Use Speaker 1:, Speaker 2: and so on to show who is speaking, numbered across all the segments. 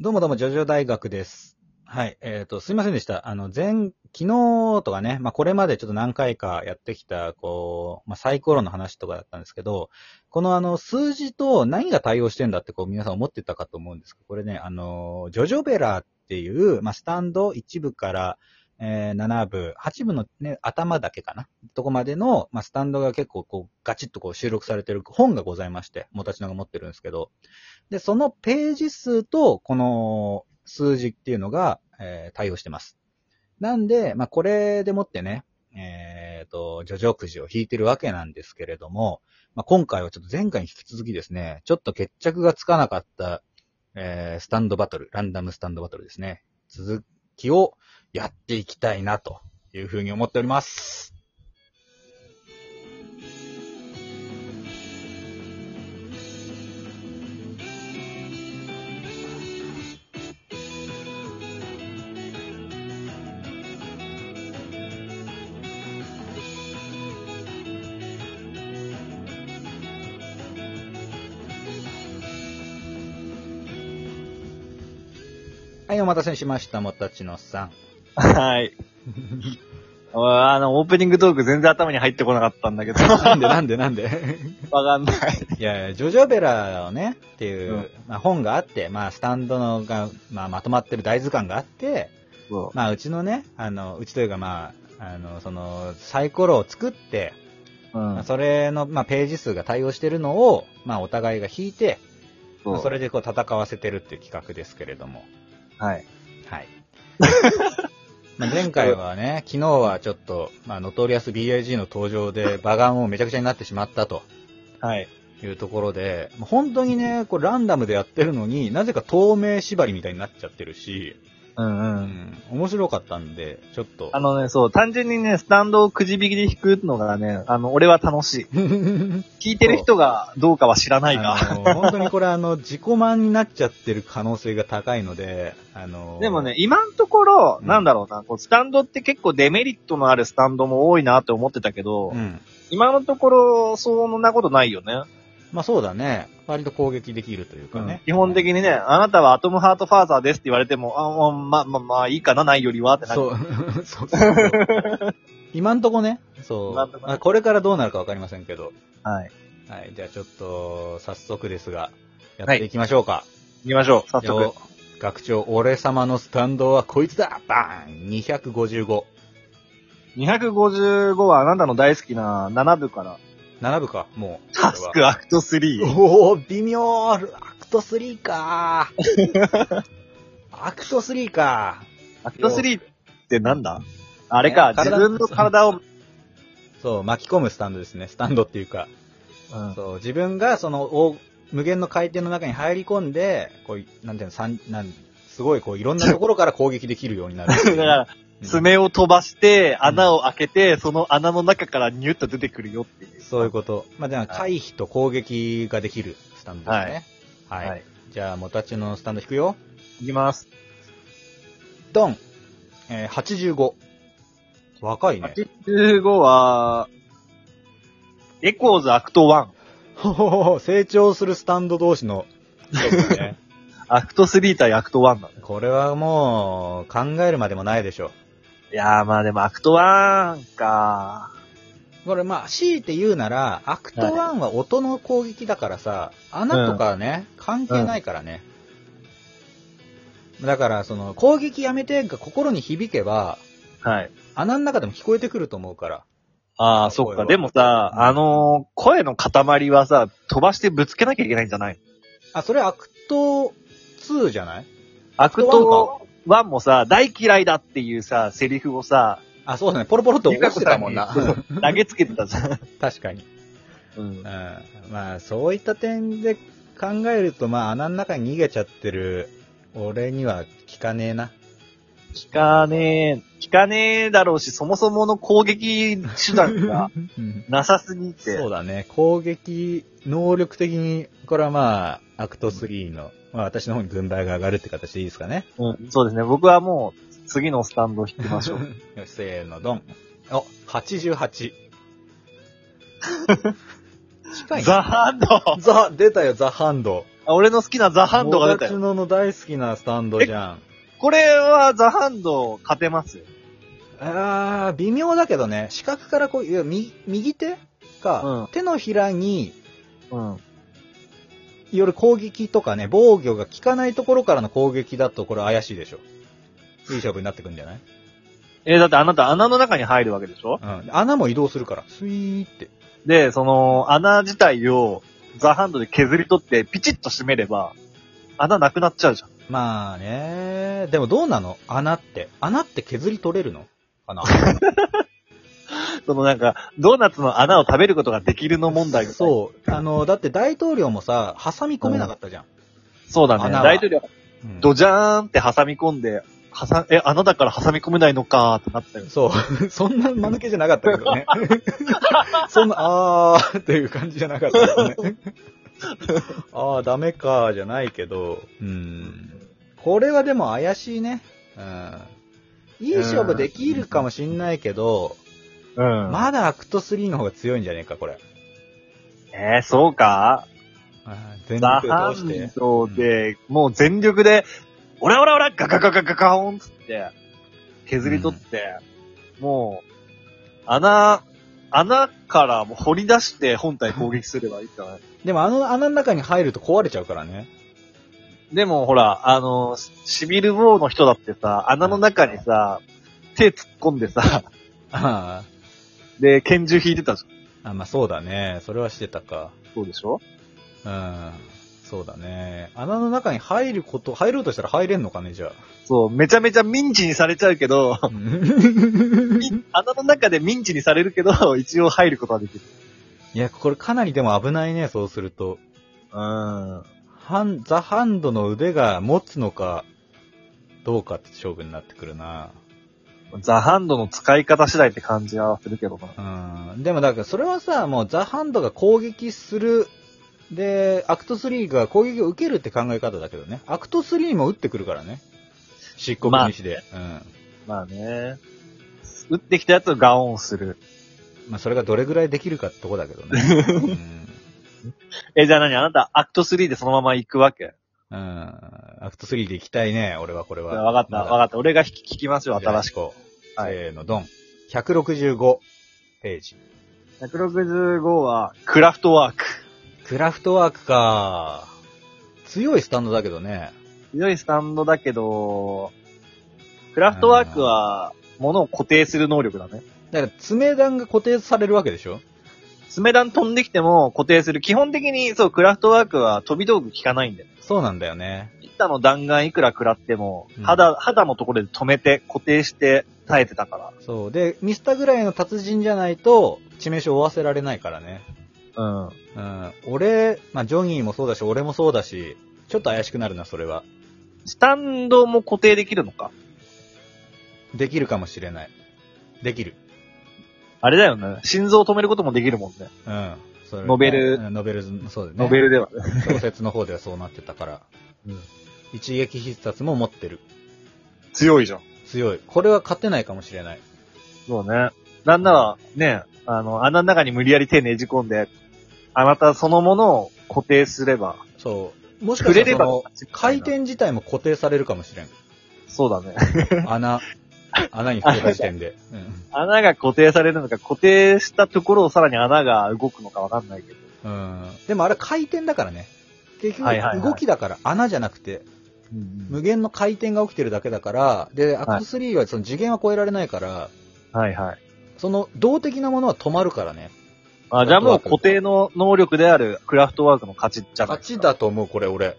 Speaker 1: どうもどうも、ジョジョ大学です。はい。えっ、と、すいませんでした。あの、前、昨日とかね、まあ、これまでちょっと何回かやってきた、こう、まあ、サイコロの話とかだったんですけど、このあの、数字と何が対応してんだって、こう、皆さん思ってたかと思うんですけど、これね、あの、ジョジョベラっていう、まあ、スタンド1部から、えー7部、8部のね、頭だけかなとこまでの、まあ、スタンドが結構こう、ガチッとこう収録されてる本がございまして、もたちのが持ってるんですけど、で、そのページ数と、この数字っていうのが、えー対応してます。なんで、まあ、これでもってね、えっ、と、ジョジョくじを引いてるわけなんですけれども、まあ、今回はちょっと前回に引き続きですね、ちょっと決着がつかなかった、えースタンドバトル、ランダムスタンドバトルですね。続きをやっていきたいな、というふうに思っております。はい、お待たせしました、もたちのさん。
Speaker 2: はい。あの、オープニングトーク全然頭に入ってこなかったんだけど、
Speaker 1: なんでなんでなんで
Speaker 2: わかんない。
Speaker 1: いやいや、ジョジョベラをね、っていう、
Speaker 2: うん
Speaker 1: まあ、本があって、まあ、スタンドのが、まあ、まとまってる大図鑑があって、
Speaker 2: そ
Speaker 1: まあ、うちのね、あの、うちというか、まあ、あの、その、サイコロを作って、
Speaker 2: う。う
Speaker 1: まあ
Speaker 2: ん。
Speaker 1: それの、まあ、ページ数が対応してるのを、まあ、お互いが引いて、まあそ
Speaker 2: れ。
Speaker 1: れでこう、戦わせてるっていう企画ですけれども。
Speaker 2: はい。
Speaker 1: はい。まあ前回はね、昨日はちょっと、まあ、ノトリアス BIG の登場で、バガンをめちゃくちゃになってしまったと。
Speaker 2: はい。
Speaker 1: いうところで、もう本当にね、これランダムでやってるのに、なぜか透明縛りみたいになっちゃってるし、
Speaker 2: うん
Speaker 1: う
Speaker 2: うん。
Speaker 1: ん、面白かったんで、ちょっと
Speaker 2: あ。のね、そう、単純にね、スタンドをくじ引きで引くのがね、あの、俺は楽しい。 聞いてる人がどうかは知らないが。
Speaker 1: あの本当にこれあの、自己満になっちゃってる可能性が高いので、あの、
Speaker 2: でもね、、今のところ、
Speaker 1: うん
Speaker 2: なんだろうな、こう、スタンドって結構デメリットのあるスタンドも多いなって思ってたけど、
Speaker 1: うん。
Speaker 2: 今のところ、そんなことないよね。
Speaker 1: まあそうだね、割と攻撃できるというかね。
Speaker 2: 基本的にね、あなたはアトムハートファーザーですって言われても、あ、まあまあまあ、いいかな、ないよりはってなる
Speaker 1: そう、 そうそうそう。 今んとこね、そう、
Speaker 2: 今んとこね
Speaker 1: まあこれからどうなるかわかりませんけど、
Speaker 2: はい。
Speaker 1: はい、じゃあちょっと、早速ですが、やっていきましょうか。
Speaker 2: 行きましょう、早速
Speaker 1: よ。学長、俺様のスタンドはこいつだバーン !255。
Speaker 2: 255はあなたの大好きな7部から、
Speaker 1: 並ぶか、もう。
Speaker 2: タス
Speaker 1: これは
Speaker 2: クアクト3。
Speaker 1: おー、微妙アクト3か アクト3か
Speaker 2: アクト3ってなんだあれか、
Speaker 1: ね
Speaker 2: 自
Speaker 1: 体
Speaker 2: 分の体を、
Speaker 1: そう、巻き込むスタンドですね。スタンドっていうか。
Speaker 2: うん
Speaker 1: そう、自分がその、お無限の回転の中に入り込んで、こうい、なんていうの、さんなんすごい、こう、いろんなところから攻撃できるようになる。
Speaker 2: だから、
Speaker 1: うん
Speaker 2: 爪を飛ばして、穴を開けて、その穴の中からニュッと出てくるよっていう。
Speaker 1: そういうこと。まあ、じゃあ、回避と攻撃ができるスタンドですね。はい。
Speaker 2: はい。
Speaker 1: じゃあ、もたちのスタンド引くよ。
Speaker 2: いきます。
Speaker 1: ドン。えー、85。若いね。
Speaker 2: 85は、エコーズアクト1。
Speaker 1: ほほほほ成長するスタンド同士の。ね、
Speaker 2: アクト3対アクト1だね。
Speaker 1: これはもう、考えるまでもないでしょ
Speaker 2: いやーまあでもアクト1か。
Speaker 1: う。これまあ、強いて言うなら、アクト1は音の攻撃だからさ、穴とかね、関係ないからね。だから、その、攻撃やめてが心に響けば、
Speaker 2: はい。
Speaker 1: 穴の中でも聞こえてくると思うから。
Speaker 2: ああ、そっ
Speaker 1: 声は
Speaker 2: か。でもさ、あのー声の塊はさ、飛ばしてぶつけなきゃいけないんじゃない
Speaker 1: あ、それアクト2じゃない
Speaker 2: ア
Speaker 1: ク
Speaker 2: ク
Speaker 1: ト
Speaker 2: ト1もさ、大嫌いだっていうさ、セリフをさ、
Speaker 1: あ、そうだね。ポロポロっと落ちてたもんな。
Speaker 2: ゆかこさん に投げつけてたじゃん。
Speaker 1: 確かに。
Speaker 2: うん
Speaker 1: うん。まあ、そういった点で考えると、まあ、穴の中に逃げちゃってる俺には効かねえな。
Speaker 2: 聞かねえ、聞かねえだろうし、そもそもの攻撃手段 がなさすぎて。
Speaker 1: そうだね。攻撃、能力的に、これはまあ、アクト3の、まあ、私の方に軍配が上がるって形でいいですかね。
Speaker 2: うんそうですね。僕はもう、次のスタンドを引きましょ う。
Speaker 1: よし、せーの、ドン。お、88。近いね
Speaker 2: ザ・ハンド
Speaker 1: ザ、出たよ、ザハンド。
Speaker 2: あ 俺の好きなザハンドが出た
Speaker 1: 私
Speaker 2: よ。
Speaker 1: のの大好きなスタンドじゃん。
Speaker 2: これはザハンド勝てますよ。
Speaker 1: あー、微妙だけどね。四角からこう、いや、右、右手か、
Speaker 2: うん
Speaker 1: 手のひらに
Speaker 2: うん。
Speaker 1: よる攻撃とかね、防御が効かないところからの攻撃だとこれ怪しいでしょ。いい勝負になってくんじゃない
Speaker 2: えだってあなた穴の中に入るわけでしょ
Speaker 1: うん。穴も移動するから、スイーって。
Speaker 2: で、その穴自体をザハンドで削り取ってピチッと締めれば、穴なくなっちゃうじゃん。
Speaker 1: まあね、でもどうなの穴って。穴って削り取れるのかな
Speaker 2: そのなんか、ドーナツの穴を食べることができるの問題う。
Speaker 1: そう。あの、だって大統領もさ、挟み込めなかったじゃん。
Speaker 2: そうだね。
Speaker 1: 穴は
Speaker 2: 大統領
Speaker 1: うん
Speaker 2: ドジャーンって挟み込んで、挟ん、え、穴だから挟み込めないのかーってなったよ。
Speaker 1: そう。 そんな間抜けじゃなかったけどね。 そんな、あーっていう感じじゃなかったけどね。 あー、ダメかーじゃないけど、うん。これはでも怪しいね。うん。いい勝負できるかもしんないけど、
Speaker 2: うんま、
Speaker 1: まだアクト3の方が強いんじゃねえか、これ。
Speaker 2: えー、そうか
Speaker 1: あー全
Speaker 2: ザ
Speaker 1: 力
Speaker 2: ハ
Speaker 1: を通して
Speaker 2: ン。ドで、もう全力で、オラオラオラガガガガガガオンっつって、削り取って、もう、穴、穴からもう掘り出して本体攻撃すればいいかな。
Speaker 1: でもあの穴の中に入ると壊れちゃうからね。
Speaker 2: でもほら、あの、シシビルウォーの人だってさ、穴の中にさ、手突っ込んでさ、
Speaker 1: あ
Speaker 2: で、拳銃引いてたじゃん。
Speaker 1: ーあ、まあそうだね。それはしてたか。
Speaker 2: そうでしょ
Speaker 1: うん。そうだね。穴の中に入ること、入ろうとしたら入れんのかね、じゃ
Speaker 2: そう、めちゃめちゃミンチにされちゃう けど、
Speaker 1: あ。
Speaker 2: み穴の中でミンチにされるけど、一応入ることはできる。
Speaker 1: いや、これかなりでも危ないね、そうすると。
Speaker 2: うん。
Speaker 1: ハン、ザハンドの腕が持つのか、どうかって勝負になってくるな。
Speaker 2: ザハンドの使い方次第って感じはするけどな。
Speaker 1: うん。でもだから、それはさ、もうザハンドが攻撃する、で、アクト3が攻撃を受けるって考え方だけどね。アクト3も打ってくるからね。漆黒禁止で。うん。
Speaker 2: まあね。打ってきたやつをガオンする。
Speaker 1: まあ、それがどれぐらいできるかってとこだけど ね。うん
Speaker 2: え、じゃあ何あなた、アクト3でそのまま行くわけ
Speaker 1: うん。アクト3で行きたいね、俺はこれは。
Speaker 2: わかった、わか
Speaker 1: かっ
Speaker 2: った。俺が聞き聞きますよ、新しく。
Speaker 1: く。
Speaker 2: はい
Speaker 1: せーの、ドン。165ページ。
Speaker 2: 165は、クラフトワーク。
Speaker 1: クラフトワークか。強いスタンドだけどね。
Speaker 2: 強いスタンドだけど、クラフトワークは、物を固定する能力だね。
Speaker 1: だから、爪弾が固定されるわけでしょ
Speaker 2: 爪弾飛んできても固定する。基本的に、そう、クラフトワークは飛び道具効かないんだよ。
Speaker 1: そうなんだよね。
Speaker 2: 板の弾丸いくら食らっても
Speaker 1: う、ん
Speaker 2: 肌、肌のところで止めて、固定して、耐えてたか
Speaker 1: そう。で、ミスタぐらいの達人じゃないと、致命傷を負わせられないからね。
Speaker 2: ら。うん。
Speaker 1: うん。俺、まあ、ジョニーもそうだし、俺もそうだし、ちょっと怪しくなるな、それは。
Speaker 2: スタンドも固定できるのか。
Speaker 1: できるかもしれない。できる。
Speaker 2: あれだよね。心臓を止めることもできるもんね。
Speaker 1: うん。それ
Speaker 2: ノベル
Speaker 1: うんノベルズ、そうだね。
Speaker 2: ノベルではね。
Speaker 1: 小説の方ではそうなってたから。
Speaker 2: うん
Speaker 1: 一撃必殺も持ってる。
Speaker 2: 強いじゃん。
Speaker 1: 強い。これは勝てないかもしれない。
Speaker 2: そうね。なんなら、ね、あの、穴の中に無理やり手ねじ込んで、あなたそのものを固定すれば、
Speaker 1: そう。もしか
Speaker 2: 触
Speaker 1: した
Speaker 2: れれ
Speaker 1: らそ
Speaker 2: ば
Speaker 1: の、回転自体も固定されるかもしれ ん。
Speaker 2: そうだね。
Speaker 1: 穴、穴に触れた時点で。うん
Speaker 2: 穴が固定されるのか、固定したところをさらに穴が動くのかわかんないけど。
Speaker 1: うん。でもあれ回転だからね。結
Speaker 2: はいはい
Speaker 1: 局、
Speaker 2: はい
Speaker 1: 動きだから、穴じゃなくて、無限の回転が起きてるだけだから、で、アクト3はその次元は超えられないから、
Speaker 2: はいはい。
Speaker 1: その動的なものは止まるからね。
Speaker 2: あ、じゃあもう固定の能力であるクラフトワークの勝ちじゃない
Speaker 1: 勝ち。だと思う、これ、俺。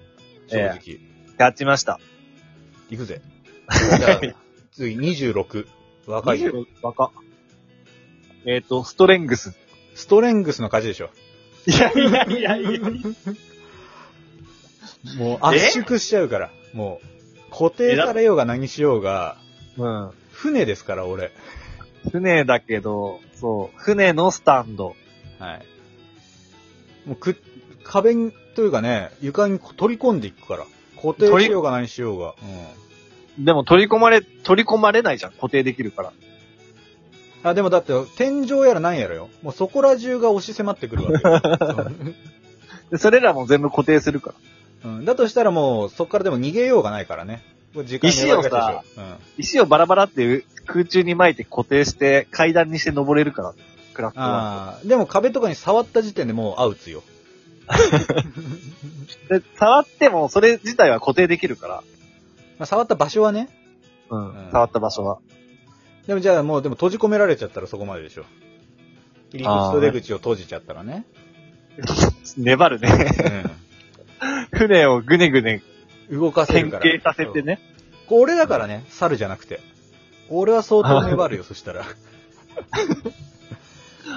Speaker 1: 正直。
Speaker 2: 勝ちました。
Speaker 1: いく ぜ。じゃあ、次、26。若いよ。
Speaker 2: 26若。えっ、と、ストレングス。
Speaker 1: ストレングスの勝ちでしょ。
Speaker 2: いやいやいやいや。
Speaker 1: もう圧縮しちゃうから。もう、固定されようが何しようが、
Speaker 2: うん。
Speaker 1: 船ですから、俺。
Speaker 2: 船だけど、そう、船のスタンド。
Speaker 1: はい。もうく、壁に、というかね、床に取り込んでいくから。固定しようが何しようが。う
Speaker 2: でも取り込まれ、取り込まれないじゃん。固定できるから。
Speaker 1: ん。あ、でもだって、天井やら何やらよ。もう そこら中が押し迫ってくるわけよ。
Speaker 2: でそれらも全部固定するから。
Speaker 1: うん。だとしたらもう、そこからでも逃げようがないからね。もう時間
Speaker 2: 石をさ石をバラバラって空中に巻いて固定して階段にして登れるから、クラックは。
Speaker 1: ああ、でも壁とかに触った時点でもうアウツよ。
Speaker 2: で、触ってもそれ自体は固定できるから。
Speaker 1: まあ、触った場所はね。
Speaker 2: うん。
Speaker 1: うん
Speaker 2: 触った場所は。
Speaker 1: でもじゃあもうでも閉じ込められちゃったらそこまででしょ。入り口と出口を閉じちゃったら ね。
Speaker 2: 粘るね。 船をぐねぐね
Speaker 1: うん、動かせる
Speaker 2: 変
Speaker 1: から。
Speaker 2: 形させて
Speaker 1: そう。
Speaker 2: ね。
Speaker 1: これ俺だからね、猿じゃなくて。俺は相当粘る よ、そしたら。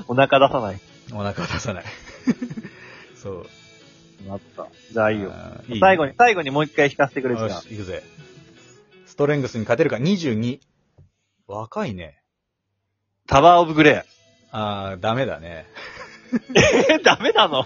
Speaker 2: お腹出さない。
Speaker 1: お腹を出さない。 そう。
Speaker 2: なった。じゃあいいよ。
Speaker 1: あー
Speaker 2: 最後に、最後にもう一回弾かせてくれる
Speaker 1: よ
Speaker 2: じゃん
Speaker 1: し、。行くぜ。ストレングスに勝てるか、22。若いね。
Speaker 2: タワーオブグレ
Speaker 1: あー、ダメだね。
Speaker 2: ー。え、ダメなの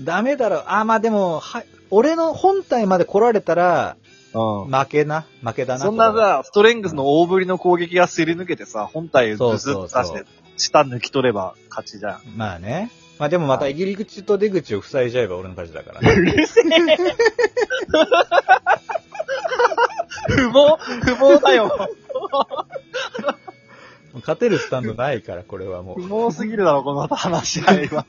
Speaker 1: ダメだろ。あー、まあでも、は、俺の本体まで来られたら、
Speaker 2: う
Speaker 1: 負けな、負けだな。
Speaker 2: そんなさ、ストレングスの大振りの攻撃がすり抜けてさ、本体をブスッ
Speaker 1: そ
Speaker 2: と
Speaker 1: う
Speaker 2: 出
Speaker 1: そう
Speaker 2: し
Speaker 1: そう
Speaker 2: て、下抜き取れば勝ちじゃん。
Speaker 1: まあね。まあでもまた入り口と出口を塞いじゃえば俺の勝ちだから ね。
Speaker 2: うるせえ不毛不毛だよ
Speaker 1: もう勝てるスタンドないから、これは もう。い
Speaker 2: 不毛すぎるだろ、この話し合い は。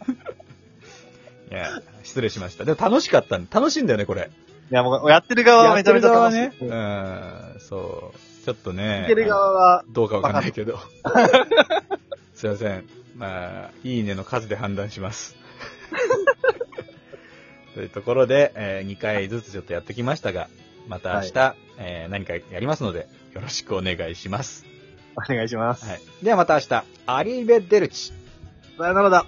Speaker 1: や、失礼しました。でも楽しかったん楽しいんだよね、これ。
Speaker 2: いや、もうやってる側は
Speaker 1: や
Speaker 2: め
Speaker 1: っ
Speaker 2: ちゃ
Speaker 1: て
Speaker 2: め
Speaker 1: る
Speaker 2: ちゃ
Speaker 1: 側は
Speaker 2: 楽しい。
Speaker 1: ね。う
Speaker 2: うん
Speaker 1: ん、そう。ちょっとね。
Speaker 2: 見てる側は、
Speaker 1: どうかわかんないけど。 すいません。まあ、いいねの数で判断し ます。というところで、え2回ずつちょっとやってきましたが、また明日、えー何かやりますので、よろしくお願いします。
Speaker 2: お願いします。
Speaker 1: はい。ではまた明日、アリーベ・デルチ。
Speaker 2: さよならだ。